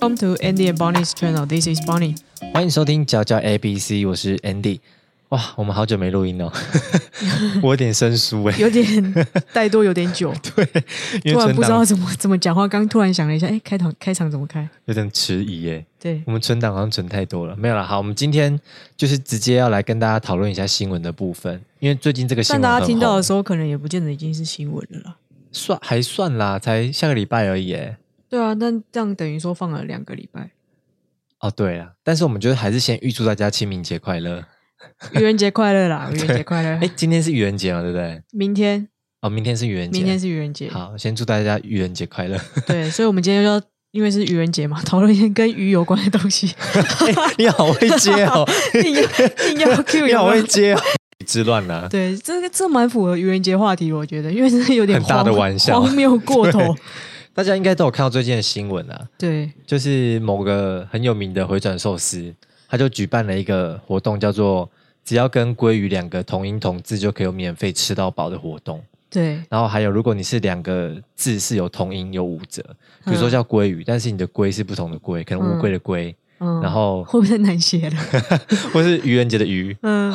Welcome to Andy and Bonnie's channel. This is Bonnie。欢迎收听《角角 A B C》，我是 Andy。哇，我们好久没录 音了，哦我有点生疏哎、有点带多，有点 久，对，因突为然存不知档道怎么怎么讲话。刚突然想了一下，哎，开场开场怎么开？有点迟疑哎、对我们存档好像存太多了，没有了。好，我们今天就是直接要来跟大家讨论一下新闻的部分，因为最近这个新但闻大家听到的很红时候，可能也不见得已经是新闻了啦。算还算啦，才下个礼拜而已哎、对啊，但这样等于说放了两个礼拜，哦，对了，但是我们觉得还是先预祝大家清明节快乐。愚人节快乐 啦！愚人节快乐！哎，今天是愚人节嘛，对不对？明天哦，明天是愚人节，明天是愚人节，好，先祝大家愚人节快乐。 对，所以我们今天就要因为是愚人节嘛，讨论一些跟鱼有关的东 西。哎你好会接 哦，硬要硬要 Q 你好有没会有？接哦， 之乱啦、对，这个这蛮符合愚人节话题，我觉得，因为这有点很大的荒玩笑荒谬过 头。大家应该都有看到最近的新闻啊，对，就是某个很有名的回转寿司，他就举办了一个活动，叫做“只要跟鲑鱼两个同音同字就可以有免费吃到饱”的活动。对，然后还有，如果你是两个字是有同音有五折，比如说嗯叫鲑鱼，但是你的鲑是不同的鲑，可能乌龟的龟，嗯然后会不会太难写了？或是愚人节的愚， 嗯，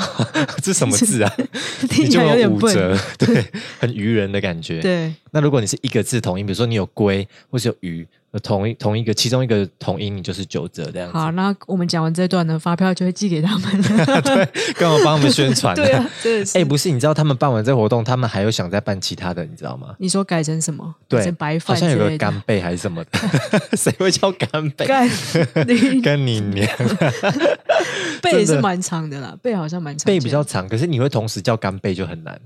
这什么字啊？ 听起来有有点五折笨。，对，很愚人的感觉。对，那如果你是一个字同音，比如说你有龟或是有鱼，有同一同一个其中一个同音，你就是九折这样子。好，那我们讲完这段呢，发票就会寄给他们 了。刚好帮我们宣 传。对啊，真的是。哎、不是，你知道他们办完这活动，他们还有想再办其他的，你知道吗？你说改成什么？改对成，白好饭像之有类个的。干贝还是什么 的，谁会叫干贝？ 干你跟你娘背也是真的蛮长的啦，背好像蛮长。贝比较，长，可是你会同时叫干贝就很难。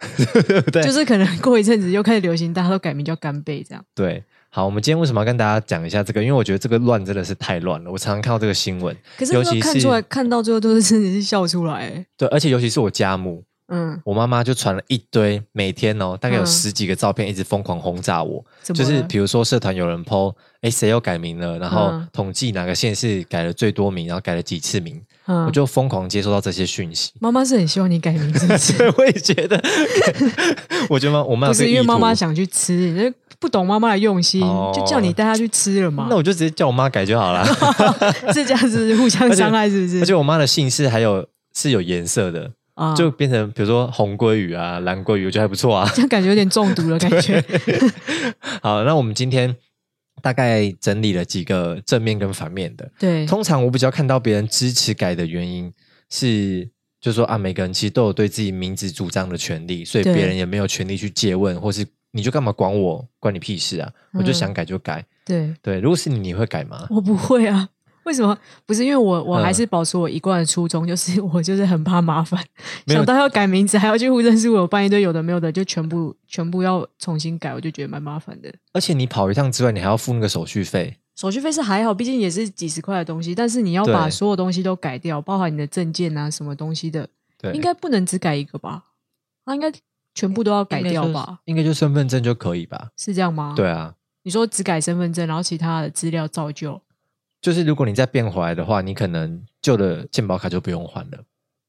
对不对？就是可能过一阵子又开始流行，大家都改名叫干贝这样。对。好，我们今天为什么要跟大家讲一下这个？因为我觉得这个乱真的是太乱了。我常常看到这个新闻，可是尤那其看是出来，看到最后都是真的是笑出来、欸。对，而且尤其是我家母，嗯，我妈妈就传了一堆，每天哦，大概有嗯十几个照片，一直疯狂轰炸我。怎么就是了比如说社团有人 PO，哎，谁又改名了，然后嗯统计哪个县市改了最多名，然后改了几次名，嗯。我就疯狂接收到这些讯息 妈妈是很希望你改名字，所以我也觉得， 我觉得妈我妈有不是这个因为意妈妈图，想去吃，你就不懂妈妈的用心，哦就叫你带她去吃了嘛那。我就直接叫我妈改就好 了。是这样子互相伤害，是不而且是？我妈的姓氏还有是有颜色的，啊，就变成比如说红鲑鱼啊、蓝鲑鱼，我觉得还不错啊。 这样感觉有点中毒的感觉。好，那我们今天大概整理了几个正面跟反面的。对，通常我比较看到别人支持改的原因是，就是说啊，每个人其实都有对自己名字主张的权利，所以对别人也没有权利去借问，或是你就干嘛管我，关你屁事啊！嗯我就想改就改。对，对，如果是你，你会改吗？我不会啊。为什么不是？因为我我嗯还是保持我一贯的初衷，就是我就是很怕麻烦，没有想到要改名字，还要去户政事务所办一堆有的没有的，就全部全部要重新改，我就觉得蛮麻烦的。而且你跑一趟之外，你还要付那个手续费。手续费是还好，毕竟也是几十块的东西，但是你要对把所有东西都改掉，包含你的证件啊，什么东西的，对，应该不能只改一个吧？他应该全部都要改掉吧？应该就？应该就身份证就可以吧？是这样吗？，对啊，你说只改身份证，然后其他的资料照旧。就是如果你再变回来的话，你可能旧的健保卡就不用换了，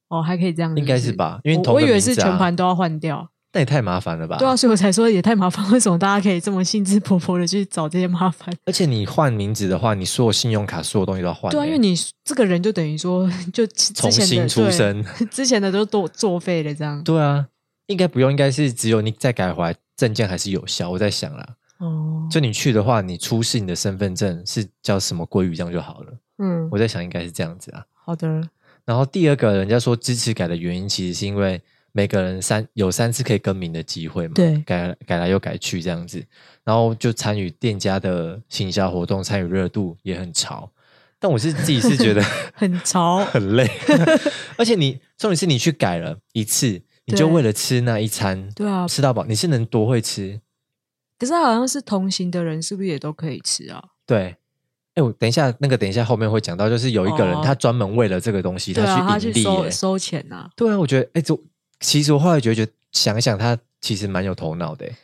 哦，还可以这样子，应该是吧？因为你我同我个以为名是字全啊，盘都要换掉，那也太麻烦了吧？对啊，所以我才说也太麻烦。为什么大家可以这么兴致勃勃的去找这些麻烦？而且你换名字的话，你所有信用卡、所有东西都要换、对啊，因为欸你这个人就等于说，就之重前的新出，生。对之前的都都作废了这样。对啊，应该不用，应该是只有你再改回来，证件还是有效。我在想啦，哦，就你去的话，你出示你的身份证是叫什么鲑鱼这样就好了。嗯，我在想应该是这样子啊。好的，然后第二个，人家说支持改的原因，其实是因为每个人三有三次可以更名的机会嘛，对改改来又改去这样子，然后就参与店家的行销活动，参与热度也很潮。但我是自己是觉得 很潮。很累，哦 而且你重点是你去改了一次，你就对为了吃那一餐，对啊，吃到饱，你是能多会吃？可是好像是同行的人，是不是也都可以吃啊？对。哎，我等一下，那个等一下后面会讲到，就是有一个人哦他专门为了这个东西，对啊，他去去盈利耶、收收钱啊。对啊，我觉得，哎、这其实我后来觉得，觉得想一想，他其实蛮有头脑的欸。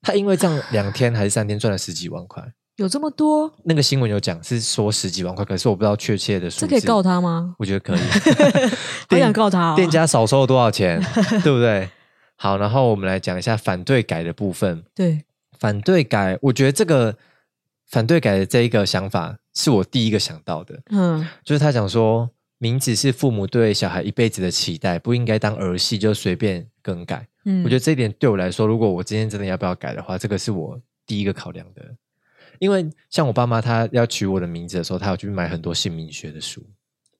他因为这样两天还是三天赚了十几万块，有这么多，那个新闻有讲是说十几万块，可是我不知道确切的数字。这可以告他吗？我觉 得可以。好店想告他、哦，店家少收了多少钱，对不对？好，然后我们来讲一下反对改的部分。对，反对改，我觉得这个反对改的这一个想法是我第一个想到的，嗯，就是他讲说，名字是父母对小孩一辈子的期待，不应该当儿戏就随便更改。嗯，我觉得这一点对我来说，如果我今天真的要不要改的话，这个是我第一个考量的。因为像我爸妈，他要取我的名字的时候，他有去买很多姓名学的书，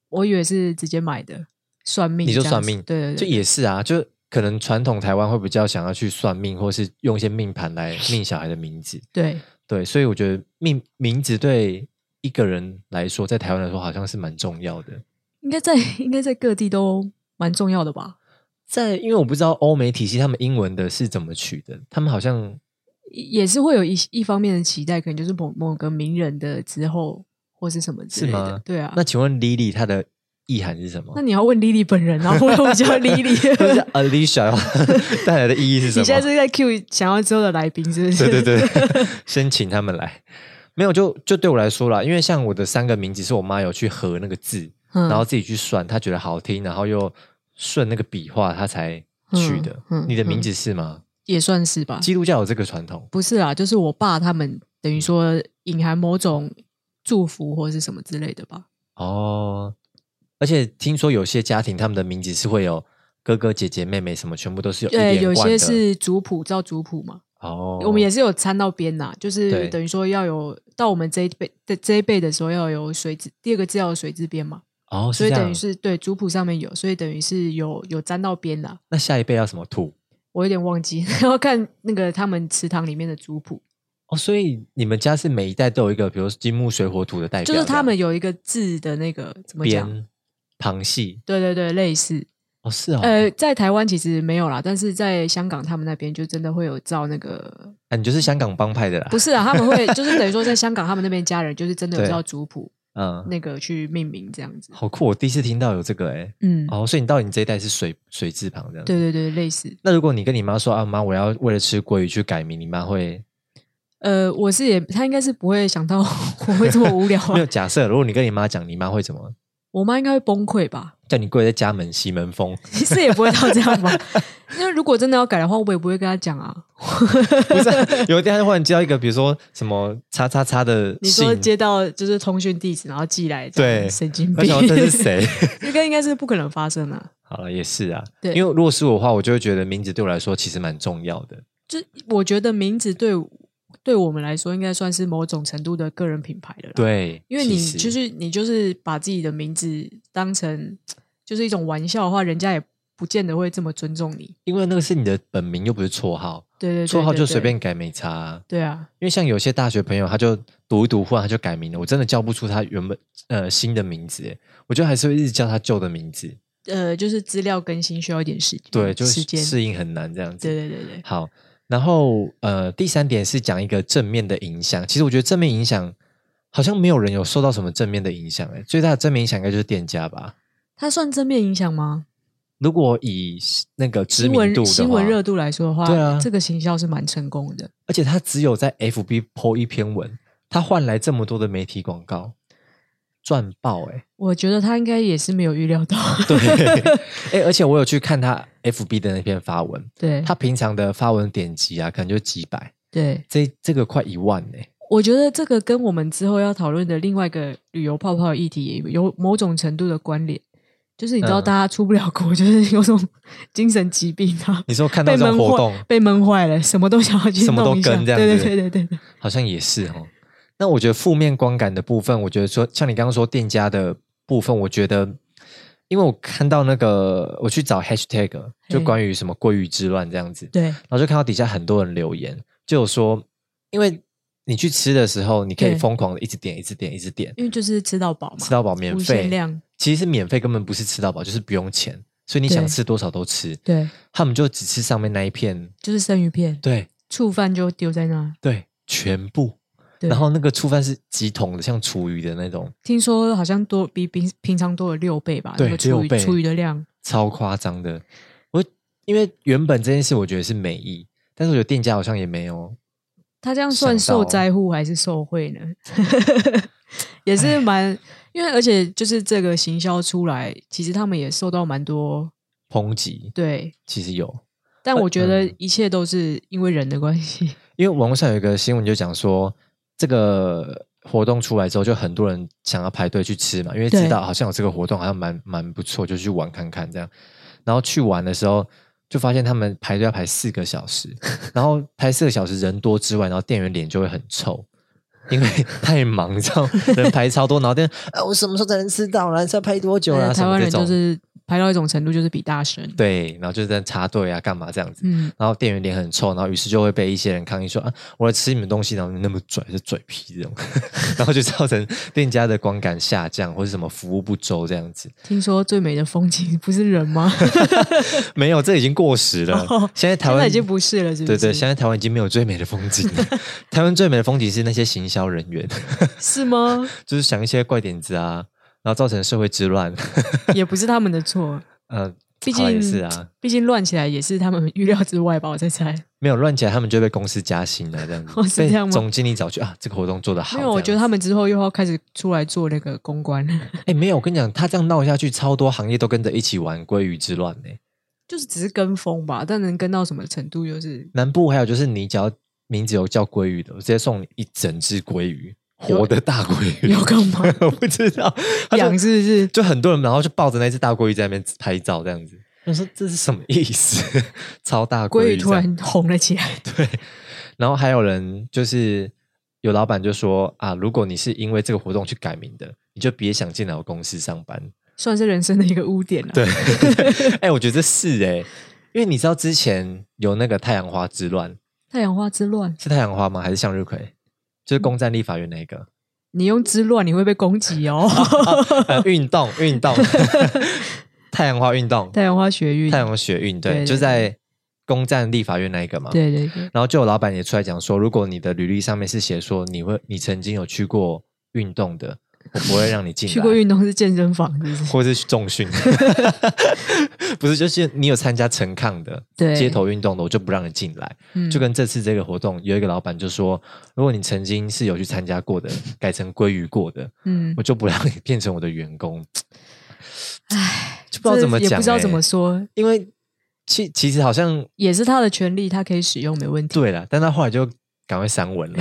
我以为是直接买的，算命你就这样子算命对对就对，也是啊，就可能传统台湾会比较想要去算命，或是用一些命盘 来命小孩的名字。对对，所以我觉得命名字对一个人来说，在台湾来说好像是蛮重要的。应该在 应该在各地都蛮重要的吧？在因为我不知道欧美体系他们英文的是怎么取的，他们好像也是会有一一方面的期待，可能就是某某个名人的之后或是什么之类是的吗，对啊。那请问 Lily 她的意涵是什么那？你要问 Lily 本人啊，我 我叫 Lily，或 者是 Alicia 要 带来的意义是什么？你现在是在 Q 想要之后的来宾，是不是？ 对对对， 先请他们来。没有，就就对我来说啦，因为像我的三个名字是我妈有去合那个字， 嗯，然后自己去算，她觉得好听，然后又顺那个笔画，她才取的。嗯嗯你的名字是吗？也算是吧，基督教有这个传统，不是啊，就是我爸他们等于说隐含某种祝福或是什么之类的吧。哦，而且听说有些家庭他们的名字是会有哥哥、姐姐、妹妹什么，全部都是有一对，连有贯些的是族谱，照族谱嘛，哦，我们也是有掺到边呐，就对是等于说要有到我们这一辈的这一辈的时候要有水字，第二个字要有水字边嘛，哦，所以这等于样是对族谱上面有，所以等于是有有沾到边啦。那下一辈要什么土我有点忘记， 要看那个他们祠堂里面的族谱，哦，所以你们家是每一代都有一个，比如说金木水火土的代表这就样，是他们有一个字的那个怎么讲？边旁系对对对，类似。哦，是哦，呃，在台湾其实没有啦，但是在香港他们那边就真的会有照那 个，啊，你就是香港帮派的啦，不是，是啊，他们会就是等于说在香港他们那边家人就是真的有对哦照族谱嗯，那个去命名这样子。好酷，我第一次听到有这个哎、嗯，哦，所以你到你这一代是水水字旁这样，对。对对，类似。那如果你跟你妈说啊妈，我要为了吃鲑鱼去改名，你妈 会呃，我是也，他应该是不会想到 我会这么无聊、没有啊，假设？如果你跟你妈讲，你妈会怎么我妈应该会崩溃吧？叫你跪在家门西门风？ 其实也不会到这样吧。因为如果真的要改的话，我也不会跟她讲啊。不是，啊有一天她忽然接到一个，比如说什么叉叉叉的你信说，接到就是通讯地址，然后寄来，对神经我病，想说这是？谁？ 应该应该是不可能发生啊。好了，也是啊，对因为如果是我的话，我就会觉得名字对我来说其实蛮重要的。就我觉得名字对对我们来说，应该算是某种程度的个人品牌了。，对，因为你其实就是你就是把自己的名字当成就是一种玩笑的话，人家也不见得会这么尊重你。因为那个是你的本名，又不是绰号，对对对绰号对就对随便改没差啊。对啊，因为像有些大学朋友，他就读一读，忽然他就改名了，我真的叫不出他原本呃新的名字耶，我就还是会一直叫他旧的名字，呃，就是资料更新需要一点时间，对，嗯就时是间，适应很难这样子。对对对对，好，然后呃，第三点是讲一个正面的影响。其实我觉得正面影响好像没有人有受到什么正面的影响，哎，最大的正面影响应该就是店家吧。它算正面影响吗？如果以那个知新名闻度的新闻热话，度来说的话，对啊这个行销是蛮成功的。而且他只有在 FB 抛一篇文，他换来这么多的媒体广告，赚爆哎、我觉得他应该也是没有预 料到，对，哎、而且我有去看他 FB 的那篇发文，对，他平常的发文点击啊，可能就几百，对，这这个快一万哎、我觉得这个跟我们之后要讨论的另外一个旅游泡泡的议题也有某种程度的关联，就是你知道嗯大家出不了国，就是有种精神疾病啊，你说 看到被这种闷活动坏，，被闷坏了，什么都想要去什么都弄一下跟这样对子对对对对对，好像也是哦。那我觉得负面观感的部分，我觉得说像你刚刚说店家的部分，我觉得，因为我看到那个我去找 hashtag，嘿就关于什么鲑鱼之乱这样子，对然后就看到底下很多人留言，就有说，因为你去吃的时候，你可以对疯狂的一直点，一直点，一直点，因为就是吃到饱嘛，吃到饱免无费限，量，其实是免费根本不是吃到饱，就是不用钱，所以你想对吃多少都吃。对，他们就只吃上面那一片，就是生鱼片，对醋饭就丢在那。对，全部。对然后那个醋饭是几桶的，像厨余的那种，听说好像多比平平常多了六倍吧，对那个厨六余倍厨余的量，超夸张的。我因为原本这件事我觉得是美意，但是我觉得店家好像也没有他这样算想到受灾户还是受贿呢？ 也是蛮，因为而且就是这个行销出来，其实他们也受到蛮多抨击对，其实有，但我觉得嗯一切都是因为人的关系。因为网络上有一个新闻就讲说，这个活动出来之后，就很多人想要排队去吃嘛，因为对知道好像有这个活动，好像蛮蛮不错，就去玩看看这样。然后去玩的时候，就发现他们排队要排四个小时，然后排四个小时人多之外，然后店员脸就会很臭。 因为太忙，你知道吗，人排超多，然后店啊，我什么时候才能吃到啊啦？是要排多久啦？什台么湾这人就种是排到一种程度，就是比大神。对，然后就在插队啊，干嘛这样子？嗯，然后店员脸很臭，然后于是就会被一些人抗议说啊，我来吃你们东西，然后你那么拽是拽皮这种， 然后就造成店家的观感下降，或是什么服务不周这样子。听说最美的风景 不是人吗？没有，这已经过时了。哦现 在台现湾在已经不是了，是不对是？对，现在台湾已经没有最美的风景了。台湾最美的风景是那些行销人员， 是吗？就是想一些怪点子啊，然后造成社会之乱。也不是他们的错，呃，毕好啦也竟是啊，毕竟乱起来也是他们预料之外吧，我在猜。没有乱起来，他们就被公司加薪啊了这样哦子，是这样被吗总经理找去啊，这个活动做得好。没有，我这觉得样他子们之后又要开始出来做那个公关，哎、没有，我跟你讲，他这样闹下去，超多行业都跟着一起玩鲑鱼之乱呢、就是只是跟风吧，但能跟到什么程度，就是南部还有就是，你只要名字有叫鲑鱼的，我直接送你一整只鲑鱼，有活的大鲑鱼。有干嘛 我不知道，他就养是不是？就很多人，然后就抱着那只大鲑鱼在那边拍照，这样子。我说这是什么意思？ 超大鲑鱼鱼这样突然红了起来， 对，然后还有人就是有老板就说啊，如果你是因为这个活动去改名的，你就别想进来我公司上班。算是人生的一个污点了、对，哎、我觉得是哎、因为你知道之前有那个太阳花之乱，太阳花之乱，是太阳花吗？还是向日葵？就是攻占立法院那 一个、你用之乱你会被攻击哦。 呃、运动，运动， 太阳花运动，太阳花学运，太阳学运，对，对对就在攻占立法院那一个嘛。对对对，然后就有老板也出来讲说，如果你的履历上面是写说你会你曾经有去过运动的，我不会让你进来。去过运动是健身房，是不是？或是去 重训， 不是就是你有参加陈抗的对街头运动的，我就不让你进来。嗯就跟这次这个活动，有一个老板就说，如果你曾经是有去参加过的，改成鲑鱼过的，嗯我，就不让你变成我的员工。唉，就不知道这怎么讲、也不知道怎么欸，说，因为其其实好像也是他的权利，他可以使用，没问题。对了，但他后来就赶快删文了，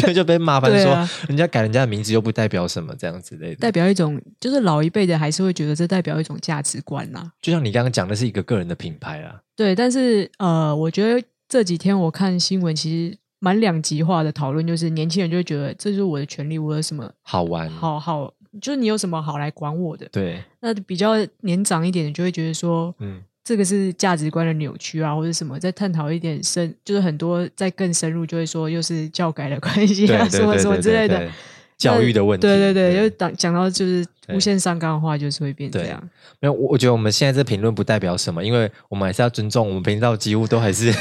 因 为就被骂翻对说、啊人家改人家的名字又不代表什么这样之类的。代表一种，就是老一辈的还是会觉得这代表一种价值观啦、就像你刚刚讲的是一个个人的品牌啦，对，但是呃，我觉得这几天我看新闻，其实蛮两极化的讨论，就是年轻人就会觉得这就是我的权利，我有什么好玩，好好，就是你有什么好来管我的。对，那比较年长一点的就会觉得说，嗯。这个是价值观的扭曲啊，或者什么，再探讨一点深，就是很多再更深入，就会说又是教改的关系啊，什么什么之类的对，教育的问题，对对对，又讲讲到就是无限上纲的话，就是会变这对样。没有，我我觉得我们现在这评论不代表什么，因为我们还是要尊重我们频道，几乎都 还是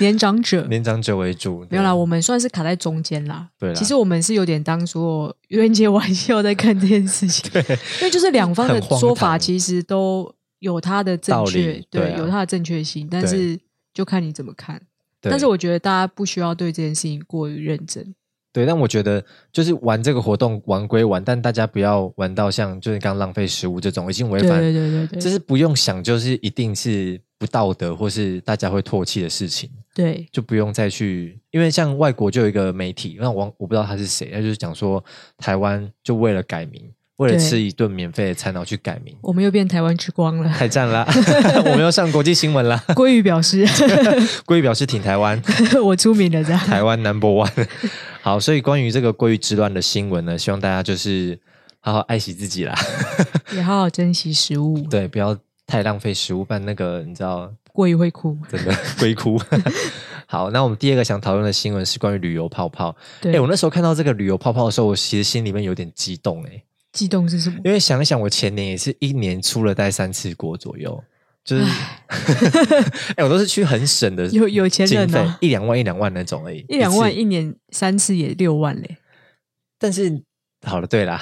年长者年长者为主。没有啦，我们算是卡在中间啦。对啦其实我们是有点当做愚人节玩笑在看这件事情， 对因为就是两方的很荒唐说法其实都有它的正道确理，对，对啊有它的正确性，但是就看你怎么看。对但是我觉得大家不需要对这件事情过于认真。对，但我觉得就是玩这个活动玩归玩，但大家不要玩到像就是刚刚浪费食物这种，已经违对反，对对对这对，是不用想，就是一定是不道德或是大家会唾弃的事情。对就不用再去，因为像外国就有一个媒体，那我我不知道他是谁，他就是讲说台湾就为了改名，为了对吃一顿免费的餐然后去改名，我们又变台湾之光了。 太赞啦！我们又上国际新闻啦。鲑鱼表 示鲑鱼表示挺台湾， 我出名了，这样。台湾 number one。好，所以关于这个鲑鱼之乱的新闻呢，希望大家就是好好爱惜自己啦， 也好好珍惜食物，对，不要太浪费食物，不然那个你知道，鲑鱼会哭。真的龟哭。 好，那我们第二个想讨论的新闻是关于旅游泡泡。哎、对，我那时候看到这个旅游泡泡的时候，我其实心里面有点激动哎、激动是什么？因为想一想，我前年也是一年出了大概三次国左右，就是，哎、我都是去很省的，有有钱人啊一两万一两万那种而已，一两万次一年三次也六万嘞。但是好了，对啦，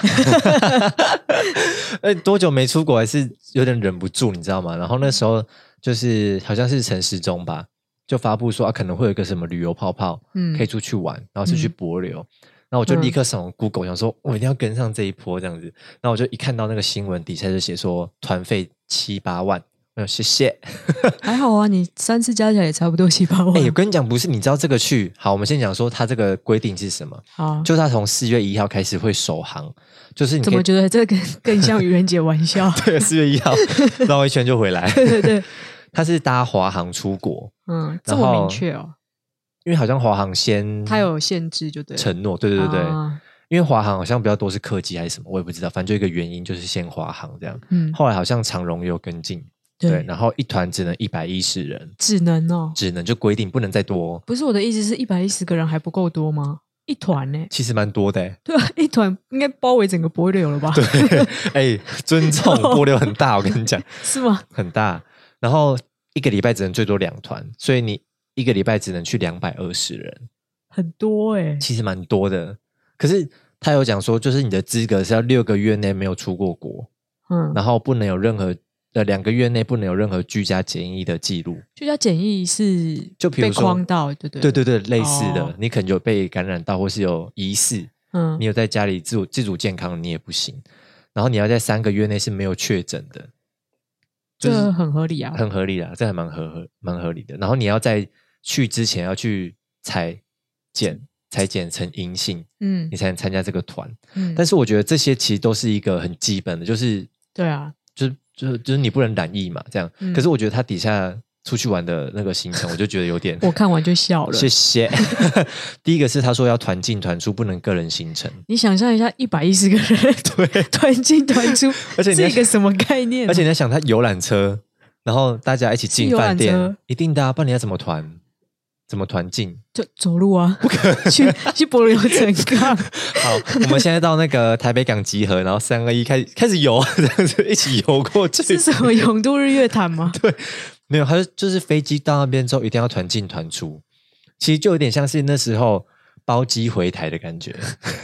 呃，多久没出国还是有点忍不住，你知道吗？然后那时候就是好像是陈时中吧，就发布说啊，可能会有一个什么旅游泡泡，嗯可以出去玩，然后是去嗯博流。然后我就嗯立刻上网 Google，、想说我一定要跟上这一波这样子。然后我就一看到那个新闻底下就写说团费七八万，我说谢谢。还好啊，你三次加起来也差不多七八万哎、。我跟你讲，不是你知道这个去好，我们先讲说它这个规定是什么，好，就是它从四月一号开始会首航，就是你怎可么以觉得这更更像愚人节玩 笑？四月一 号绕一圈就回来。对对对， 它是搭华航出国， 嗯，这然么明后确哦，因为好像华航先它有限制就对了。承诺，对对对对，啊因为华航好像比较多是客机还是什么，我也不知道，反正就一个原因就是先华航这样，嗯，后来好像长荣也有跟进，对，对，然后一团只能一百一十人，只能哦，只能就规定不能再多，不是我的意思是，一百一十个人还不够多吗？一团呢、其实蛮多的、欸。对啊， 一团应该包围整个博流了吧？对，哎、尊重波流很大，我跟你讲 是吗？很大。然后一个礼拜只能最多两团，所以你一个礼拜只能去两百二十人，很多哎、其实蛮多的。可是他有讲说，就是你的资格是要六个月内没有出过国，嗯，然后不能有任何呃两个月内不能有任何居家检疫的记录。居家检疫是就比如被说框到，对对对对对，类似的，哦你可能有被感染到，或是有疑似，嗯你有在家里自主自主健康，你也不行。然后你要在三个月内是没有确诊的，就这是很合理啊。很合理啦，这还蛮合合蛮合理的。然后你要在去之前要去裁剪，裁剪成阴性，嗯你才能参加这个团。嗯，但是我觉得这些其实都是一个很基本的，就是对啊，就是就是就是你不能染疫嘛，这样。嗯可是我觉得他底下出去玩的那个行程，我就觉得有点 我看完就笑了。谢谢。 第一个是他说要团进团出，不能个人行程，你想象一下，一百一十个人 对， 团进团出，而且你是要一个什么概念啊、而且你要想，他游览车，然后大家一起进是游览饭车店，一定的、啊，不然你要怎么团？怎么团进？就走路啊，不可能去去柏流城 港，好，我们现在到那个台北港集合，然后三二一开开始游， 这样子一起游过是去。什么永渡日月潭 吗？没有，他就就是飞机到那边之后，一定要团进团出。其实就有点像是那时候包机回台的 感觉，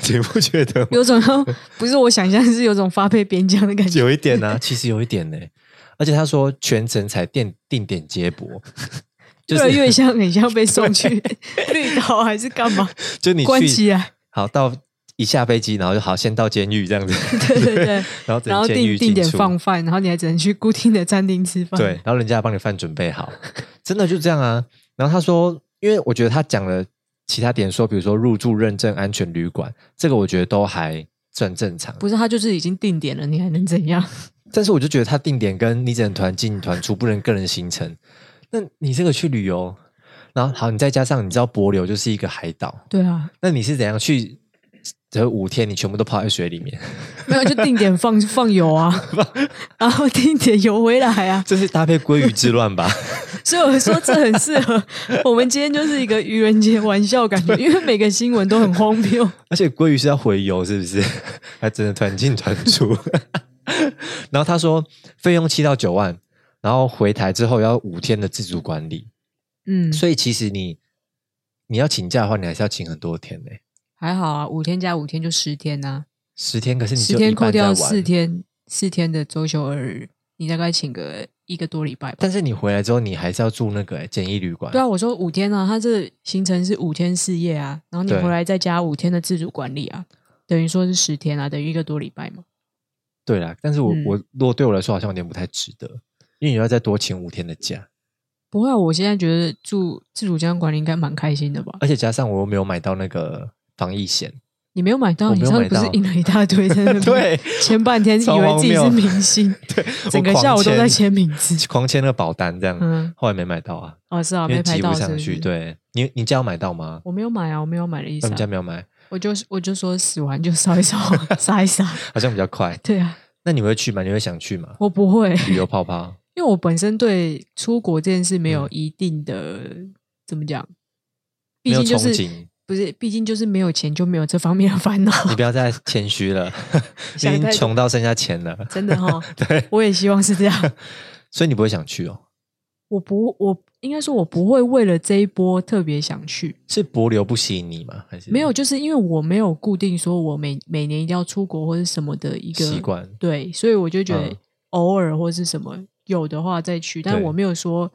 你不觉得吗？有种 要不是我想象，是有种发配边疆的感觉。有一点呢、 其实有一点呢、而且他说全程才定定点 接驳，就越来越是像很像被送去 绿岛还是干嘛 就你关啊去起 来？好到一下飞机，然后就好先到监狱这样子，对对对， 然后然后等监定狱定进点出放饭，然后你还只能去固定的餐厅吃饭。对，，然后人家帮你饭准备好，真的就这样啊。然后他说，因为我觉得他讲了其他点说，比如说入住认证安全旅馆，这个我觉得都还算正常。不是他就是已经定点了，你还能怎样？但是我就觉得他定点跟你只能团进团出，不能个人行程。那你这个去旅游，然后好，你再加上你知道帛流就是一个海岛，对啊，那你是怎样去？只有五天，你全部都泡在水里面，没有就定点放放油 啊，然后定点游回来啊。这是搭配鲑鱼之乱吧？所以我说这很适 合我们今天就是一个愚人节玩笑感觉，因为每个新闻都很荒谬。而且鲑鱼是要回游，是不是？ 还真的团进团出。然后他说，费用七到九万，然后回台之后要五天的自主管理。嗯，所以其实你你要请假的话，你还是要请很多天呢、还好啊，五天加五天就十天呐、十天，可是你只十有天嗯一扣半掉在玩四，天，四天的周休二日，你大概请个一个多礼拜吧。但是你回来之后，你还是要住那个、欸、简易旅馆。对啊，我说五天啊，他这行程是五天四夜啊，然后你对回来再加五天的自主管理啊，等于说是十天啊，等于一个多礼拜嘛。对啦，但是我、嗯我如果对我来说，好像有点不太值得，因为你要再多请五天的假，不会啊，我现在觉得住自主健康管理应该蛮开心的吧？而且加上我又没有买到那个防疫险。你没有买到，我你没有上次买不是到印了一大堆在那边？ 对，前半天以超为荒自己是谬明星， 对，我 整个下午狂都在签签名字。 狂签那个保单这样，嗯，后来没买到啊，哦是啊，因没为排挤到不是上不去。是，对你，你家有买到吗？我没有买啊，我没有买的意思、他们啊家。没有买，我就我就说死完就烧一 烧，杀一杀。好像比较快。对啊，那你会去吗？你会想去 吗？我不会，旅游泡泡，因为我本身对出国这件事没有嗯一定的、怎么讲，毕没有竟就是憧憬，不是，毕竟就是没有钱就没有这方面的烦恼。你不要再谦虚了，已想太多经穷到剩下钱了。真的哈、 对，我也希望是 这样。所以你不会想去哦？我不，我应该说我不会为了这一波特别想去，是博流不吸引你吗？还是没有，就是因为我没有固定说我每每年一定要出国或者什么的一个习惯？对，所以我就觉得嗯偶尔或是什么有的话再去，但对我没有说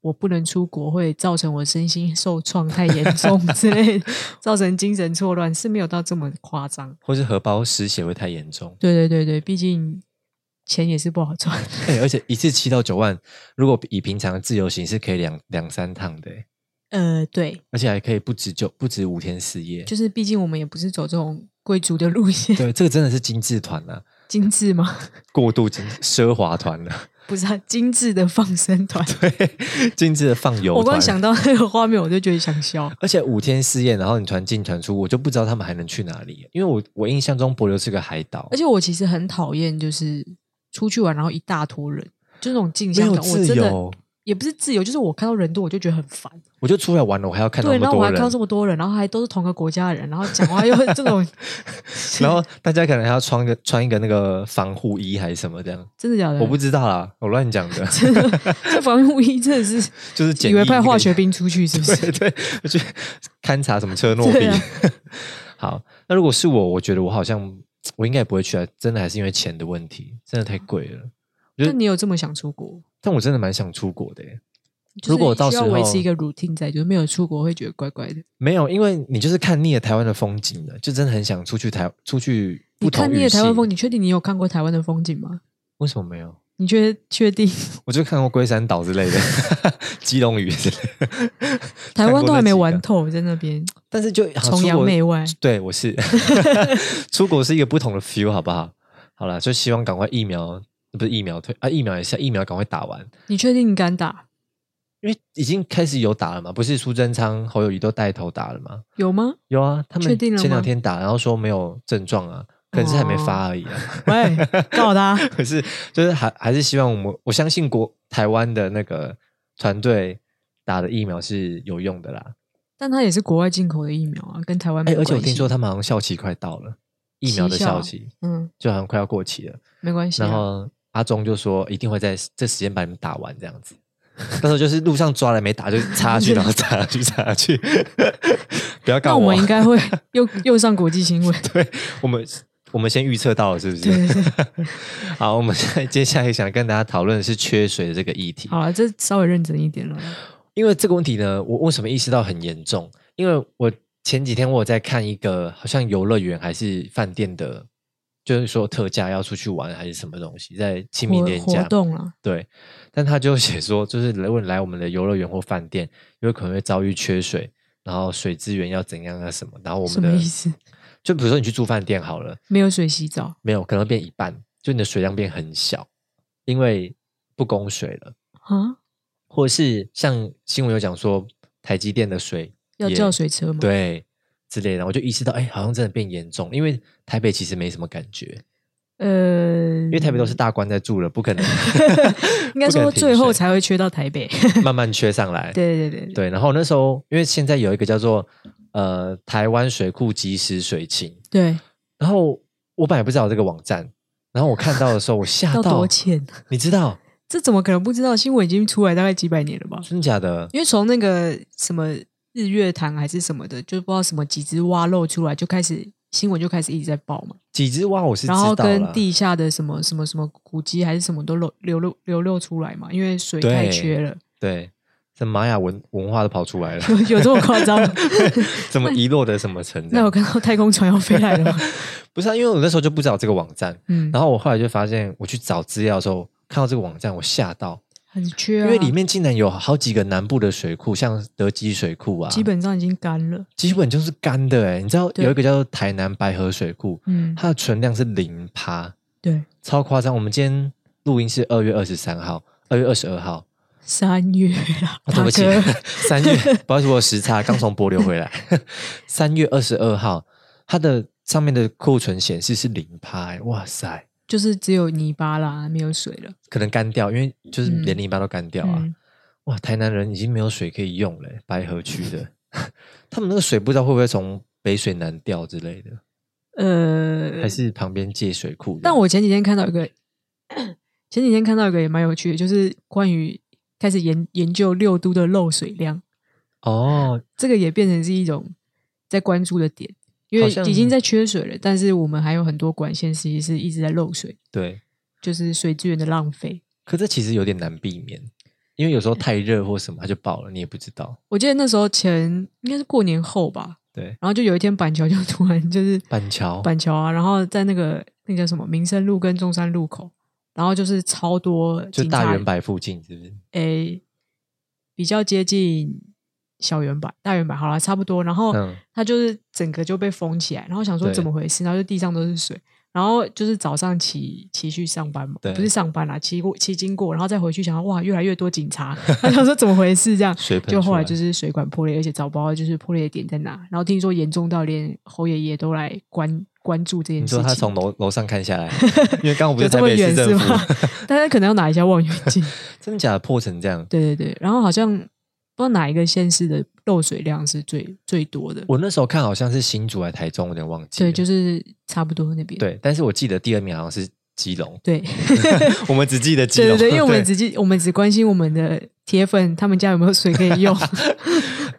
我不能出国会造成我身心受创太严重之类的， 造成精神错乱是没有到这么夸张。或是荷包失血会太严重。 对对对对，毕竟钱也是不好赚。 哎，而且一次七到九万，如果以平常的自由行是可以两两三趟的，哎呃，对，而且还可以不止九不止五天四夜。就是毕竟我们也不是走这种贵族的路线，对，这个真的是精致团呐、啊，精致吗？过度精奢华团了、不是、啊，精致的放生团。对， 精致的放油我团。光想到那个画面，我就觉得想笑。而且五天四夜，然后你团进团出，我就不知道他们还能去哪里。因为我我印象中帛琉是个海岛而，且我其实很讨厌，就是出去玩然后一大坨人，就那种镜没像有感，我自真的由。也不是自由，就是我看到人多我就觉得很烦。我就出来玩了，我还要看到对，那然么后我多还看到这人，么多人，然后还都是同个国家的人，然后讲话又这种，然后大家可能还要穿个穿一个那个防护衣还是什么这样，真的假的？ 我不知道啦，我乱讲 的，真的， 这防护衣真的 是就是简以为易那派个化学兵出去是不是？对 对，我去勘察什么车诺比。 对啊好，那如果是我，我觉得我好像我应该也不会去啊，真的还是因为钱的问题，真的太贵了。那你有这么想出国？但我真的蛮想出国的欸耶，就是如果到时候需要维持一个 routine 在，就是没有出国会觉得怪怪的。没有，因为你就是看腻了台湾的风景了，就真的很想出去台出去不你同看语腻系。了台湾风，你确定你有看过台湾的风景吗？为什么没有？你确确定我就看过龟山岛之类的， 基隆屿之类的，台湾都还没玩看过透，在那边那几个，但是就好崇出洋国媚外。对，我是出国是一个不同的 feel，好不好？好了，就希望赶快疫苗，不是疫苗推啊，疫苗也是疫苗赶快打完， 你确定你敢打？因为已经开始有打了嘛，不是苏贞昌、侯友谊都带头打了吗？有吗？有啊，他确们定了吗哦前两天打，然后说没有症状啊，可能是还没发而已啊。 喂，告他！可是就是还还是希望我们，我相信国台湾的那个团队打的疫苗是有用的啦。但他也是国外进口的疫苗啊，跟台湾没哎，有而关系。且我听说他们好像效期快到了，疫苗的期效效期嗯，就好像快要过期了。没关系啊。然后阿忠就说一定会在这时间把你们打完这样 子。到时候就是路上抓了没打就插下去，然后插下去，插下去， 不要干那我。我们应该会 又又上国际新闻。对，我们我们先预测到了，是不对对是？ 好，我们现在接下来想跟大家讨论的是缺水的这个议题。好了，啊这稍微认真一点了。因为这个问题呢，我为什么意识到很严重？因为我前几天我有在看一个好像游乐园还是饭店的，就是说特价要出去玩还是什么东西，在清明活年活假动啊了，对，但他就写说，就是如果你来我们的游乐园或饭店，有可能会遭遇缺水，然后水资源要怎样啊什么，然后我什们么的意思？就比如说你去住饭店好了，没有水洗澡，没有可能会变一半，就你的水量变很小，因为不供水了，啊，或者是像新闻有讲说台积电的水要也叫水车吗？，对之类的，我就意识到，哎，好像真的变严重了，因为台北其实没什么感觉，呃，因因为台北都是大官在住了，不可能应该不可说能停最后水才会缺到台 北。慢慢缺上来，对对对对对，然后那时候因为现在有一个叫做呃台湾水库即时水情，对，然后我本来不知道有这个网站，然后我看到的时候我 吓要到多，浅？你知道这怎么可能不知道？新闻已经出来大概几百年了吧？真假的？因为从那个什么日月潭还是什么的，就不知道什么几只蛙露出来，就开始新闻就开始一直在报嘛。几只蛙我是知然后道跟啦地下的什么什么什么古迹还是什么都流流露流露出来嘛，因为水太对缺了， 对，这玛雅文文化都跑出来了，有有这么夸 张吗？ 怎么遗落的什么城这那样？有看到太空船要飞来了 吗？不是、啊，因为我那时候就不知道这个网站，嗯，然后我后来就发现，我去找资料的时候看到这个网站，我吓到，很缺、啊，因为里面竟然有好几个南部的水库，像德基水库啊，基本上已经干了。基本就是干的哎、你知道对有一个叫做台南白河水库，嗯，它的存量是零趴，对，超夸张。我们今天录音是二月二十三号，二月二十二号，三月啦，哦对不起大哥， 三月，不好意思，我有时差，刚从柏流回来。 三月二十二号，它的上面的库存显示是零趴、欸，哇塞， 就是只有泥巴啦，没有水了。可能干掉，因为就是嗯连零趴都干掉啊。嗯，哇，台南人已经没有水可以用了欸、白河区的， 他们那个水不知道会不会从北水南调之类的，呃，还是旁边借水库这样？但我前几天看到一个， 前几天看到一个也蛮有趣的，就是关于开始研研究六都的漏水量，哦，这个也变成是一种在关注的点，因为好像已经在缺水了，但是我们还有很多管线其实是一直在漏水，对，就是水资源的浪费。可这其实有点难避免，因为有时候太热或什么，它就爆了，你也不知道。我记得那时候前应该是过年后吧，对，然后就有一天板桥就突然就是 板桥板桥啊，然后在那个那个叫什么民生路跟中山路口，然后就是超多就警大察圆柏附近，是不是？诶，比较接近小圆板、大圆板，好了，差不多。然后嗯它就是整个就被封起来，然后想说对怎么回事，然后就地上都是水。然后就是早上骑骑去上班嘛，对不是上班啦，骑过骑经过，然后再回去想，哇，越来越多警察， 他想说怎么回事这 样，水喷就后来出就来是水管破裂，而且找不到就是破裂的点在哪。然后听说严重到连侯爷爷都来关关注这件你事情。说他从楼楼上看 下来，因为刚刚我不就是这台么北远市是政吗 府，？但是可能要拿一下望远镜。 真的假的破成这样？对对对，然后好像不知道哪一个县市的漏水量是最最多的，我那时候看好像是新竹还是台中，我有点忘记了。对，就是差不多那边。，对，但是我记得第二名好像是基隆 对我们只记得基对隆，对对，因为我们只记我们只关心我们的铁粉他们家有没有水可以用。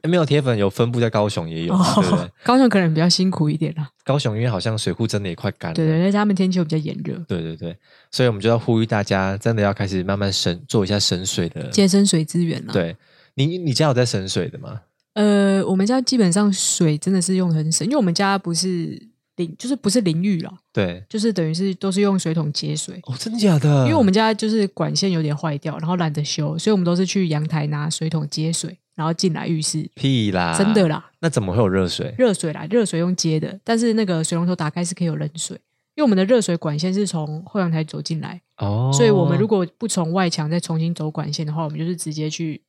没有铁粉，有分布在高雄也有，对不对哦？，高雄可能比较辛苦一点啦。高雄因为好像水库真的也快干了，对对，而且他们天气又比较炎热，对对对所以我们就要呼吁大家，真的要开始慢慢省，做一下省水的。节省水资源啦。，对，你你家有在省水的吗？呃，我们家基本上水真的是用的很省，因为我们家不是淋，就是不是淋浴啦，对，就是等于是都是用水桶接水。哦，真的假的？因为我们家就是管线有点坏掉，然后懒得修，所以我们都是去阳台拿水桶接水，然后进来浴室。屁啦，真的，啦，那怎么会有热水？热水啦，热水用接的，但是那个水龙头打开是可以有冷水，因为我们的热水管线是从后阳台走进来，哦，所以我们如果不从外墙再重新走管线的话，我们就是直接去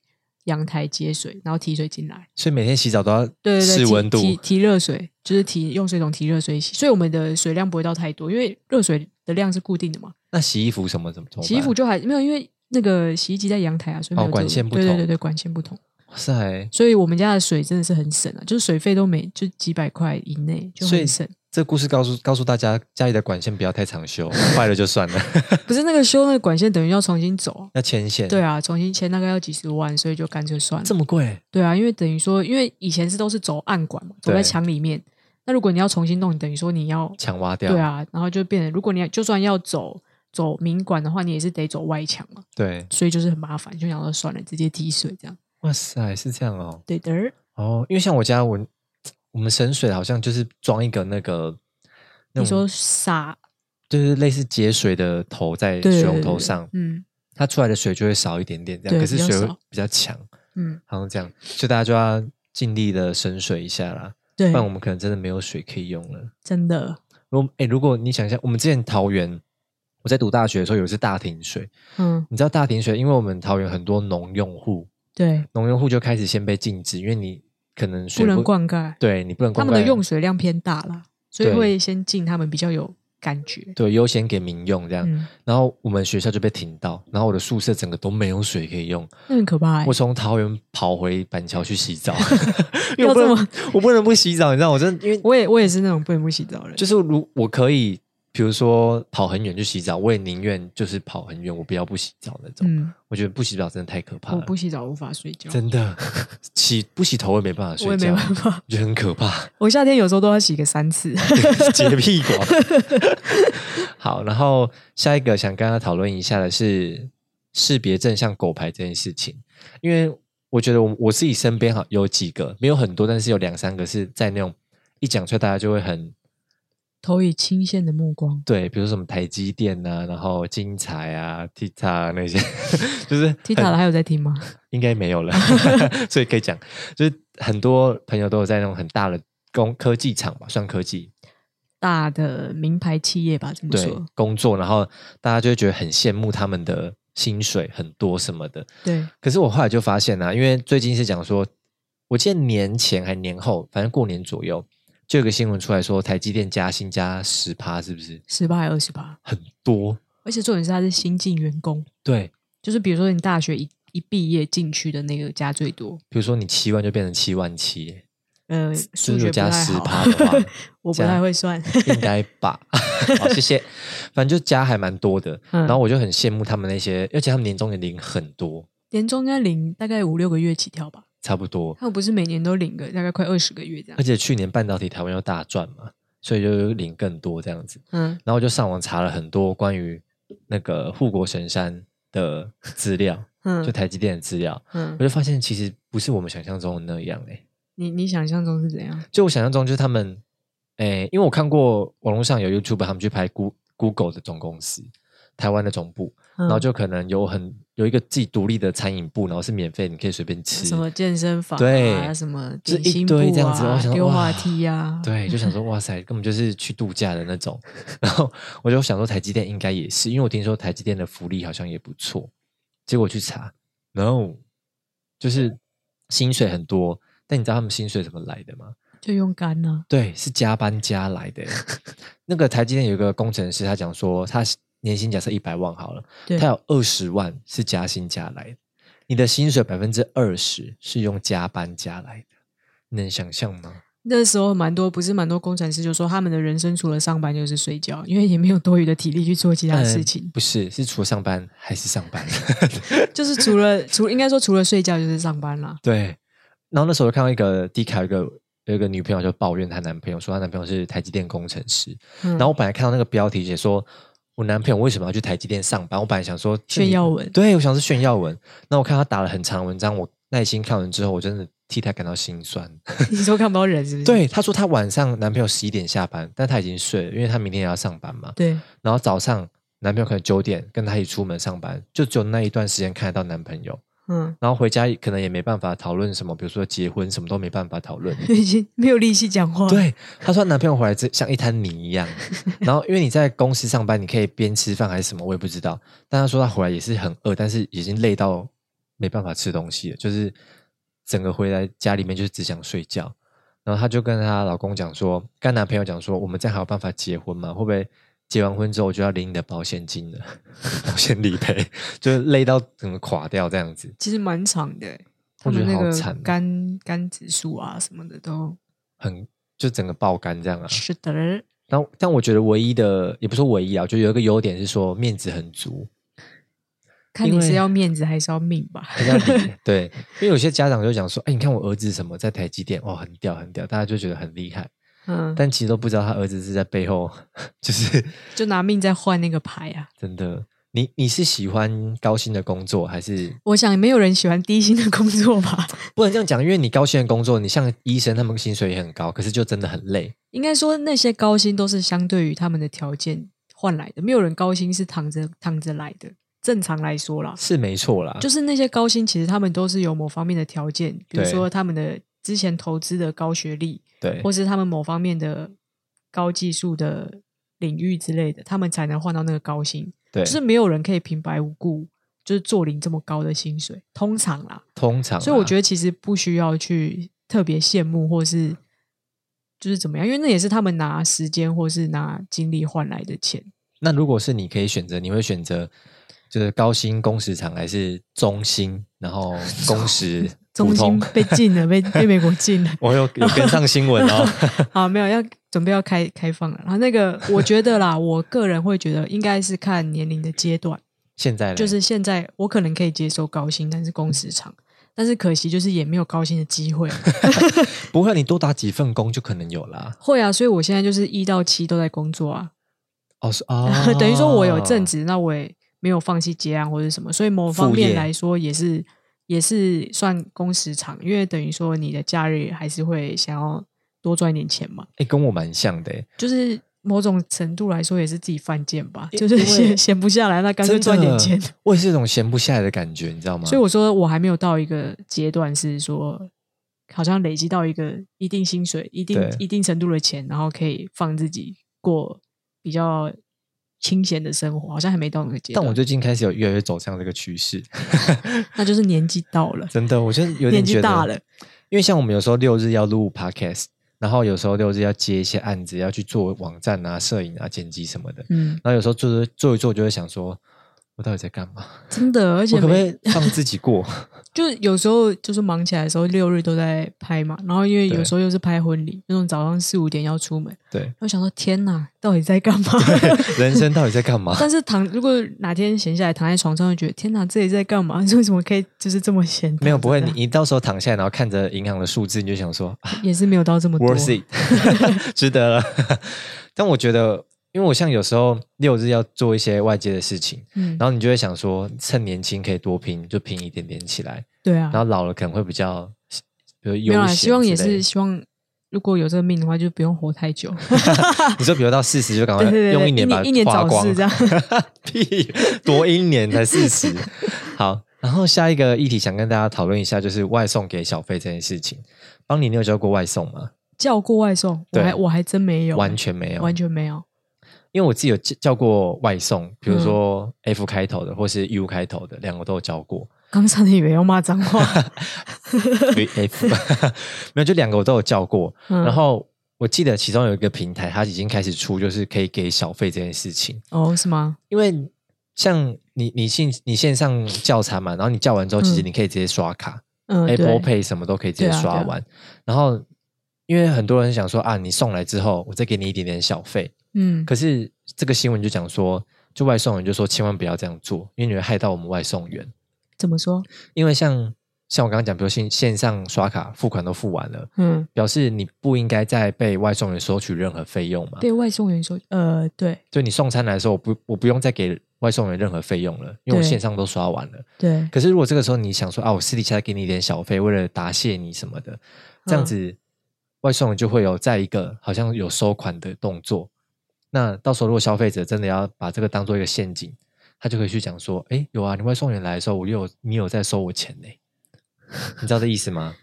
阳台接水，然后提水进来。所以每天洗澡都要对对对，试提温度，提提热水，就是提用水桶提热水洗，所以我们的水量不会到太多，因为热水的量是固定的嘛。那洗衣服什么怎么怎么办？洗衣服就还没有，因为那个洗衣机在阳台啊，所以没有哦这个管线不对对同对对，管线不同，哇塞，所以我们家的水真的是很省啊，就是水费都没就几百块以内就所以很省。这故事告诉告诉大家，家里的管线不要太 常修，坏了就算了， 不是那个修那个管线等于要重新走啊，要牵线。对，啊，重新签大概要几十万，所以就干脆算了这。么贵，对啊，因为等于说，因为以前是都是走暗管嘛，走在对墙里面。那如果你要重新弄，你等于说你要墙挖掉。对啊，然后就变成如果你要就算要走走明管的话，你也是得走外墙嘛，对所以就是很麻烦，就想说算了，直接滴水这样。哇塞，是这样哦。对的儿，哦，因为像我家我我们省水好像就是装一个那个那你种说傻就是类似节水的头在对水龙头上，嗯它出来的水就会少一点点，这样对可是比较水少会比较强，嗯，好像这样，所以大家就要尽力的省水一下啦，对不，然我们可能真的没有水可以用了。真的，如果哎、如果你想一下，我们之前桃园，我在读大学的时候有一次大停水，嗯，你知道大停水，因为我们桃园很多农用户，对，农用户就开始先被禁止，因为你可能水不能，灌溉，对你不能他灌们的溉用水量偏大啦，所以对会先进他们比较有感觉。对啊优先给民用这样，嗯，然后我们学校就被停到，然后我的宿舍整个都没有水可以用，那很可怕、欸我。从桃园跑回板桥去洗 澡，因为要我不这能么，我不能不洗澡，你知道，我真的因为我也我也是那种不能不洗澡的人，就是如我可以，比如说跑很远去洗澡，我也宁愿就是跑很远，我不要不洗澡那种。嗯，我觉得不洗澡真的太可怕我了，不洗澡无法睡觉，真 的洗不洗头我也没办法我睡也没觉，办法。我觉得很可怕，我夏天有时候都要洗个三次。洁癖狂。好，然后下一个想跟他讨论一下的是识别正向狗牌这件事情，因为我觉得我我自己身边哈有几个，没有很多，但是有两三个是在那种一讲出来大家就会很投以清线的目光，对，比如说什么台积电啊，然后金财啊、Tita 啊那些， 就是踢塔的还有在听吗？应该没有了，所以可以讲，就是很多朋友都有在那种很大的工科技厂吧，算科技大的名牌企业吧，这么对说。工作，然后大家就会觉得很羡慕他们的薪水很多什么的。对，可是我后来就发现啊，因为最近是讲说，我记得年前还年后，反正过年左右，就有个新闻出来说，台积电加薪加十趴，是不是十八还二十八，很多？而且重点是他是新进员工，对，就是比如说你大学一一毕业进去的那个加最多。比如说你七万就变成七万七，呃，就数学是有不加太十好，趴的话 我不加太会 算应该吧？好，谢谢。反正就加还蛮多的，嗯然后我就很羡慕他们那些，而且他们年终也领很多，年终应该领大概五六个月起跳吧，差不多。他们不是每年都领个大概快二十个月这样而。且去年半导体台湾又大赚嘛，所以就领更多这样子。嗯，然后我就上网查了很多关于那个护国神山的资料，就嗯台积电的资料，嗯我，就发现其实不是我们想象中的那样哎、你你想象中是怎样？就我想象中就是他们，哎、因为我看过网络上有 YouTube 他们去拍 Goo- Google 的总公司台湾的总部，然然后就可能有很有一个自己独立的餐饮部，然后是免费，你可以随便吃，什么健身房啊对什么就点一心部堆这样子我啊想说溜滑哇梯啊，对，就想说哇塞，根本就是去度假的那种。 然后我就想说台积电应该也是，因为我听说台积电的福利好像也不错。结果去查，no，就是薪水很多，但你知道他们薪水怎么来的吗？就用干啊，对，是加班加来的。 那个台积电有一个工程师，他讲说他年薪假设一百万好了，对他，有二十万是加薪加来的，你的薪水百分之二十是用加班加来的，你能想象吗？那时候蛮多，不是蛮多工程师就说他们的人生除了上班就是睡觉，因为也没有多余的体力去做其他事嗯情， 不是，是除了上班还是上班？ 就是除了除应该说除了睡觉就是上班啦。对。然后那时候看到一个 D 卡，有一个有一个女朋友就抱怨她男朋友，说她男朋友是台积电工程师。嗯、然后我本来看到那个标题写说，我男朋友为什么要去台积电上班？我本来想说这炫里耀 文对我想是炫耀文。那我看他打了很长文章，我耐心看完之后，我真的替他感到心酸。你说看不到人是不是？对，他说他晚上男朋友十一点下班，但他已经睡了，因为他明天也要上班嘛。对，然后早上男朋友可能九点跟他一起出门上班，就只有那一段时间看得到男朋友，嗯，然后回家可能也没办法讨论什么，比如说结婚什么都没办法讨论。 已经没有力气讲话。，对，她说她男朋友回来之像一滩泥一样，然后因为你在公司上班，你可以边吃饭还是什么，我也不知道。但她说她回来也是很饿，但是已经累到没办法吃东西了，就是整个回来家里面就是只想睡觉。然后她就跟她老公讲说，跟她男朋友讲说，我们这样还有办法结婚吗？会不会结完婚之后我就要领你的保险金了？ 保险理赔就是累到整个垮掉这样子。其实蛮长的欸，他我觉们得那好个惨哦，肝肝指数啊什么的都很就整个爆肝这样啊。是的。然后，但我觉得唯一的也不是说唯一啊，我觉得有一个优点是说面子很足，看因你是为要面子还是要命吧？很要 理。对，因为有些家长就讲说，哎，你看我儿子什么在台积电，哇，很屌很屌，大家就觉得很厉害，嗯，但其实都不知道他儿子是在背后， 就是就拿命在换那个牌啊！真的。你你是喜欢高薪的工作，还是我想没有人喜欢低薪的工作吧？ 不能这样讲？因为你高薪的工作，你像医生，他们薪水也很高，可是就真的很累。应该说那些高薪都是相对于他们的条件换来的，没有人高薪是躺着躺着来的。正常来说啦，是没错啦，就是那些高薪其实他们都是有某方面的条件，比如对说他们的之前投资的高学历，对或是他们某方面的高技术的领域之类的，他们才能换到那个高薪。对，就是没有人可以平白无故就是坐领这么高的薪水，通常啦。通常啦。所以我觉得其实不需要去特别羡慕或是就是怎么样，因为那也是他们拿时间或是拿精力换来的钱。那如果是你可以选择，你会选择就是高薪工时长，还是中薪，然后工时中普心通？。被禁了，被被美国禁了 我有有跟上新闻哦。 好，没有要准备要开开放了。然后那个，我觉得啦，我个人会觉得应该是看年龄的阶段，现在嘞就是现在我可能可以接受高薪，但是工时长，嗯但是可惜就是也没有高薪的机会。啊不会，你多打几份工就可能有啦。 会啊，所以我现在就是一到七都在工作啊，，哦，是哦 等于说我有正职，那我也没有放弃接案或者什么，所以某方副面业来说也是也是算工时长，因为等于说你的假日还是会想要多赚一点钱嘛，哎，跟我蛮像的欸，就是某种程度来说也是自己犯贱吧，因就是因为闲闲不下来，那干脆真的赚点钱。。我也是一种闲不下来的感觉，你知道吗？所以我说我还没有到一个阶段是说。好像累积到一个一定薪水、一定对一定程度的钱，然后可以放自己过比较清闲的生活，好像还没到那个阶段。但我最近开始有越来越走向这个趋势，那就是年纪到了，真的，我真的有年点纪觉大得了，因为像我们有时候六日要录 podcast，然后有时候六日要接一些案子，要去做网站啊、摄影啊、剪辑什么的。嗯，然后有时候做做做一做，就会想说，我到底在干嘛？真的，而且我可不可每以放自己过？ 就是有时候就是忙起来的时候，六日都在拍嘛，然后因为有对时候又是拍婚礼，那种早上四五点要出门，对，我想说天哪，到底在干嘛？人生到底在干 嘛？但是躺如果哪天闲下来躺在床上，就觉得天哪，这里在干嘛？ 为什么可以就是这么闲？没有，不会，躺你着你到时候躺下来，然后看着银行的数字，你就想说、啊、也是没有到这么多。 ，worth it，值得了。但我觉得因为我像有时候六日要做一些外界的事情，嗯，然后你就会想说，趁年轻可以多拼，就拼一点点起来。对啊，然后老了可能会比较，比如悠没有啦，啊闲希望之也类是的。希望，如果有这个命的话，就不用活太 久。你说，比如到四十就赶快对对对对用一年一把年一年它花早逝光，这样 屁，多一年才四十。好，然后下一个议题想跟大家讨论一下，就是外送给小费这件事情。邦尼，你有教过外送吗？叫过外送，我对还我还真没有，完全没有，完全没有。因为我自己有叫叫过外送，比如说嗯 F 开头的或是 U 开头的，两个都有叫过。 刚差点以为要骂脏话， F 没有，就两个我都有叫过。嗯然后我记得其中有一个平台，它已经开始出就是可以给小费这件事情，哦是吗？因为像你你线你线上叫餐嘛，然后你叫完之后，其实嗯你可以直接刷卡、嗯， a p 对 p l e Pay 什么都可以直接对啊刷对啊完。然后因为很多人想说啊，你送来之后，我再给你一点点小费。嗯，可是这个新闻就讲说，就外送员就说千万不要这样做，因为你会害到我们外送员。怎么说？因为像像我刚刚讲，比如线线上刷卡付款都付完了，嗯，表示你不应该再被外送员收取任何费用嘛。对外送员说，呃，对就你送餐来的时候，我不我不用再给外送员任何费用了，因为对我线上都刷完了。对，可是如果这个时候你想说啊，我私底下给你一点小费，为了答谢你什么的，这样嗯子、外送员就会有在一个好像有收款的动作。那到时候如果消费者真的要把这个当做一个陷阱，他就可以去讲说，哎，有啊，你外送员来的时候，我有你有在收我钱呢、你知道这意思吗？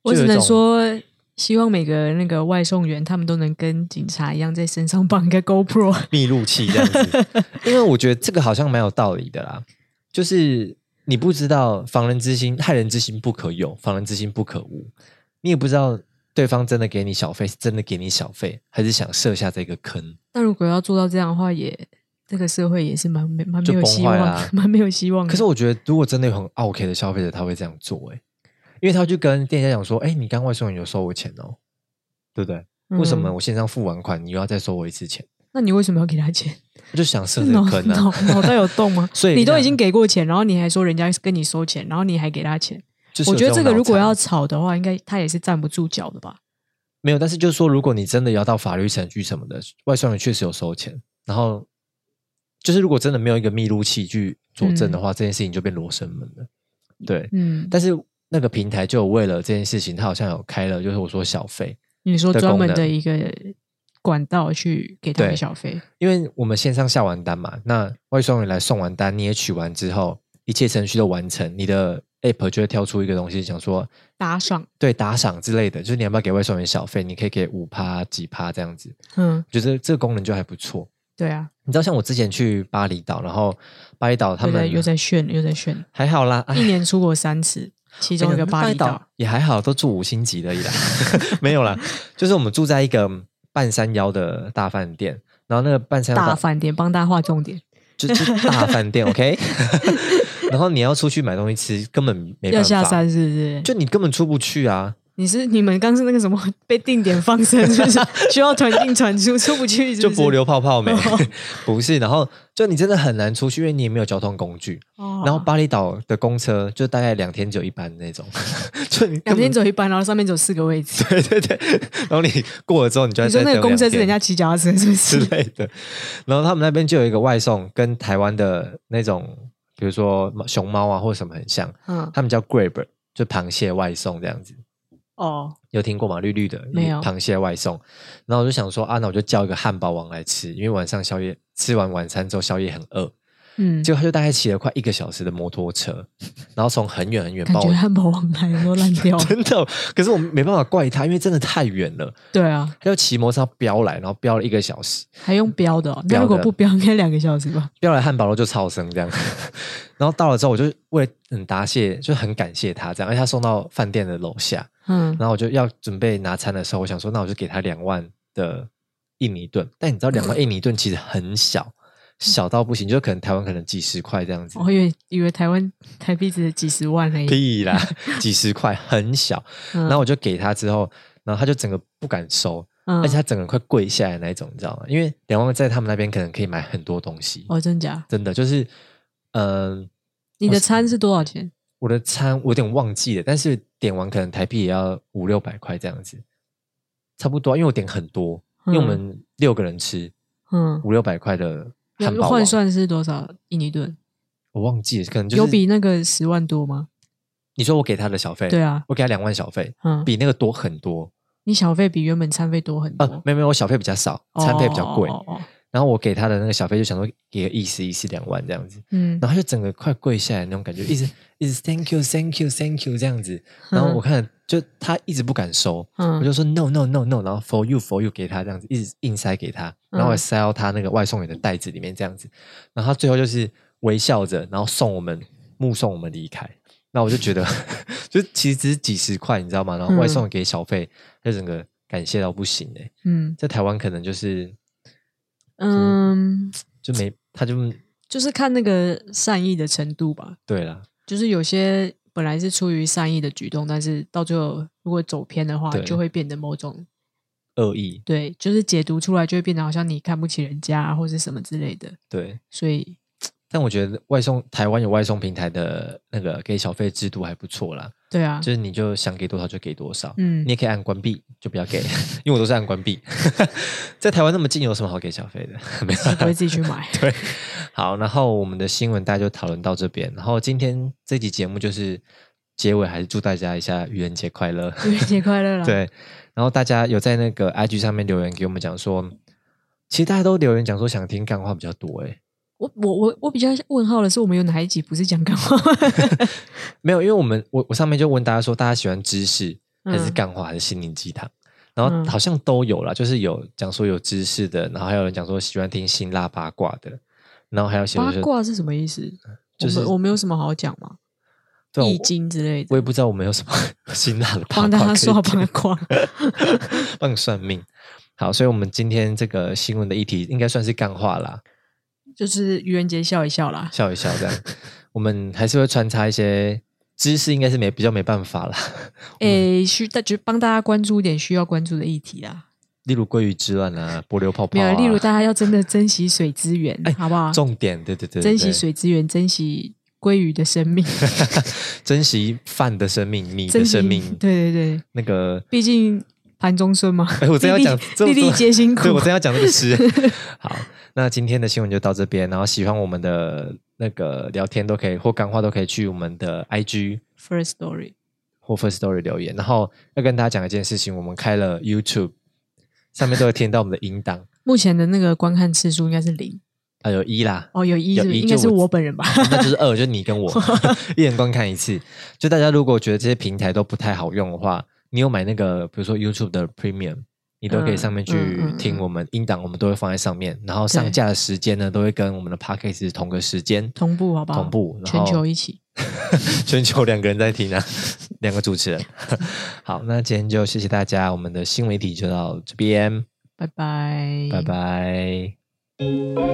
我就有只一能种说。希望每个那个外送员，他们都能跟警察一样，在身上绑一个 GoPro。密录器这 样子，因为我觉得这个好像蛮有道理的啦。就是你不知道防人之心，害人之心不可有，防人之心不可无。你也不知道对方真的给你小费，是真的给你小费，还是想设下这个坑。那如果要做到这样的话，也这个社会也是蛮没蛮就没有崩希望坏啦的，蛮没有希望的。可是我觉得，如果真的有很 OK 的消费者，他会这样做、欸，因为他会去跟店家讲说：“哎、你刚外送员有收我钱哦，对不对？为什么嗯我线上付完款，你又要再收我一次钱？”那你为什么要给他钱？我就想设这脑个坑啊？脑，脑袋有洞吗所以你都像已经给过钱，然后你还说人家跟你收钱，然后你还给他钱。就是我有觉得种这个脑如果残要吵的话，应该他也是站不住脚的吧？没有，但是就是说，如果你真的要到法律程序什么的，外送员确实有收钱，然后就是如果真的没有一个密录器去佐证的话，这件事情就变罗生门了。对，嗯，但是那个平台就有为了这件事情，它好像有开了，就是我说小费，你说的专门功的能一个管道去给他对们小费，因为我们线上下完单嘛，那外送员来送完单，你也取完之后，一切程序都完成，你的 app 就会跳出一个东西，想说打赏，对打赏之类的，就是你要不要给外送员小费？你可以给五趴几趴这样子，嗯，觉得这个功能就还不错。对啊，你知道，像我之前去巴厘岛，然后巴厘岛他又在们又在炫，又在炫，还好啦，哎一年出国三次，其中一个巴厘岛，也还好，都住五星级而已啦， 没有啦，就是我们住在一个半山腰的大饭店，然后那个半山腰大大饭店，帮大家划重点，就就大饭 店，OK，然后你要出去买东西吃，根本没要办下法，山是不是？就你根本出不去啊，你是你们刚是那个什么 被定点放生，是不 是需要团进团出，出不去是就不是波流泡泡没哦， 不是，然后就你真的很难出去，因为你也没有交通工具，哦然后巴厘岛的公车就大概两天只有一班那种， 就你根两本天走一班，然后上面走四个位置。 对对对，然后你过了之后，你就要你说再那个等公车两是人天家骑脚踏车，是不之是？类的，然后他们那边就有一个外送，跟台湾的那种，比如说熊猫啊或者什么很像， 嗯，他们叫 Grab，就螃蟹外送这样子，哦，有听过吗？绿绿的，没有螃蟹外送。然后我就想说啊，那我就叫一个汉堡王来吃，因为晚上宵夜吃完晚餐之后宵夜很饿，嗯，结果他就大概骑了快一个小时的摩托车，然后从很远很远感帮觉我。。汉堡王来的时候烂掉 真的，哦可是我没办法怪他，因为真的太远了。对啊，他就骑摩托车飙来，然后飙了一个小时，还用标的、哦？标那的如果不标，应该两个小时吧？飙来汉堡肉就超生这样。 然后到了之后，我就为了很答谢，就很感谢他这样，而且他送到饭店的楼下，嗯，然后我就要准备拿餐的时候，我想说，那我就给他两万的印尼盾，但你知道两万印尼盾其实很小，小到不行，就可能台湾可能几十块这样子。我以为以为台湾台币只几十万而已。屁啦，几十块很小，嗯然后我就给他之后，然后他就整个不敢收，嗯而且他整个人快跪下来那一种，你知道吗？因为两万在他们那边可能可以买很多东西，哦，真假？真的就是，嗯、你的餐是多少钱？我的餐我有点忘记了，但是点完可能台币也要五六百块这样子，差不多啊，因为我点很多，因为我嗯们六个人吃，嗯，五六百块的汉堡换王，算是多少印尼盾？我忘记了，可能就是有比那个十万多吗？你说我给他的小费，对啊，我给他两万小费，嗯，比那个多很多你小费比原本餐费多很啊多，，没有没有，我小费比较少，呃餐费比较贵，哦哦哦哦哦然后我给他的那个小费就想说给个意思意思两万这样子，嗯，然后他就整个快跪下来那种感觉，一直一直 thank you thank you thank you 这样子，然后我看就他一直不敢收，嗯，我就说 no no no no，然后 for you for you 给他这样子，一直硬塞给他，然后我塞到他那个外送员的袋子里面这样子，然后他最后就是微笑着，然后送我们目送我们离开。那我就觉得，就其实只是几十块，你知道吗？然后外送给小费，就整个感谢到不行哎、嗯在台湾可能就是嗯，就没，他就就是看那个善意的程度吧。对啦，就是有些本来是出于善意的举动，但是到最后如果走偏的话，对就会变得某种恶意对，就是解读出来就会变得好像你看不起人家、啊、或是什么之类的。对。所以，但我觉得外送台湾有外送平台的那个给小费制度还不错啦，对啊，就是你就想给多少就给多少，嗯你，也可以按关闭，就不要给， 因为我都是按关闭。 在台湾那么近，有什么好给小费的？没 有你不啦会自己去买。 对，好，然后我们的新闻大家就讨论到这边，然后今天这集节目就是结尾，还是祝大家一下愚人节快乐。愚人节快乐啦！， 对，然后大家有在那个 IG 上面留言给我们讲说，其实大家都留言讲说想听干话比较多、欸，我我我我比较问号的是，我们有哪一集不是讲干话？ 没有，因为我们我我上面就问大家说，大家喜欢知识还是嗯干话还是心灵鸡汤？然后嗯好像都有啦，就是有讲说有知识的，然后还有人讲说喜欢听辛辣八卦的，然后还有写八就是卦是什么意思？就是我们我没有什么好讲嘛，对啊易我经之类的，我也不知道我们有什么 辛辣的八卦帮大可家以说好听八卦。 帮你算命。好，所以我们今天这个新闻的议题应该算是干话啦，就是愚人节笑一笑啦。笑一笑这样。我们还是会穿插一些知识，应该是没比较没办法啦， 诶，需大就帮大家关注一点需要关注的议题啦。例如鲑鱼之乱啊，柏流泡泡没啊，哎有，例如大家要真的珍惜水资源，好不好？重点，对对对，对珍惜对水资源，珍惜鲑鱼的生 命，珍惜饭的生命，米的珍惜生命，对对对，那个，毕竟盘中孙嘛。哎，我真要讲，这粒我粒皆辛苦对我真要讲这 个诗。好，那今天的新闻就到这边，然后喜欢我们的那个聊天都可以，或干话都可以去我们的 IG First story，或 First Story 留言。然后要跟大家讲一件事情，我们开了 YouTube，上面都会听到我们的音档，目前的那个观看次数应该是零。啊，有一啦，哦，有一有是不是一应该就是我哦我本 人吧？那就是二，就是你跟 我， 一人观看一次。就大家如果觉得这些平台都不太好用的话，你有买那个，比如说 YouTube 的 Premium，你都可以上面去嗯嗯嗯听我们音档，我们都会放在上面。然后上架的时间呢，都会跟我们的 Podcast 是同个时间，同步好不好？同步，然全后球一起。 全球两个人在听啊，两个主 持人。好，那今天就谢谢大家，我们的新媒体就到这边，拜拜，拜。拜。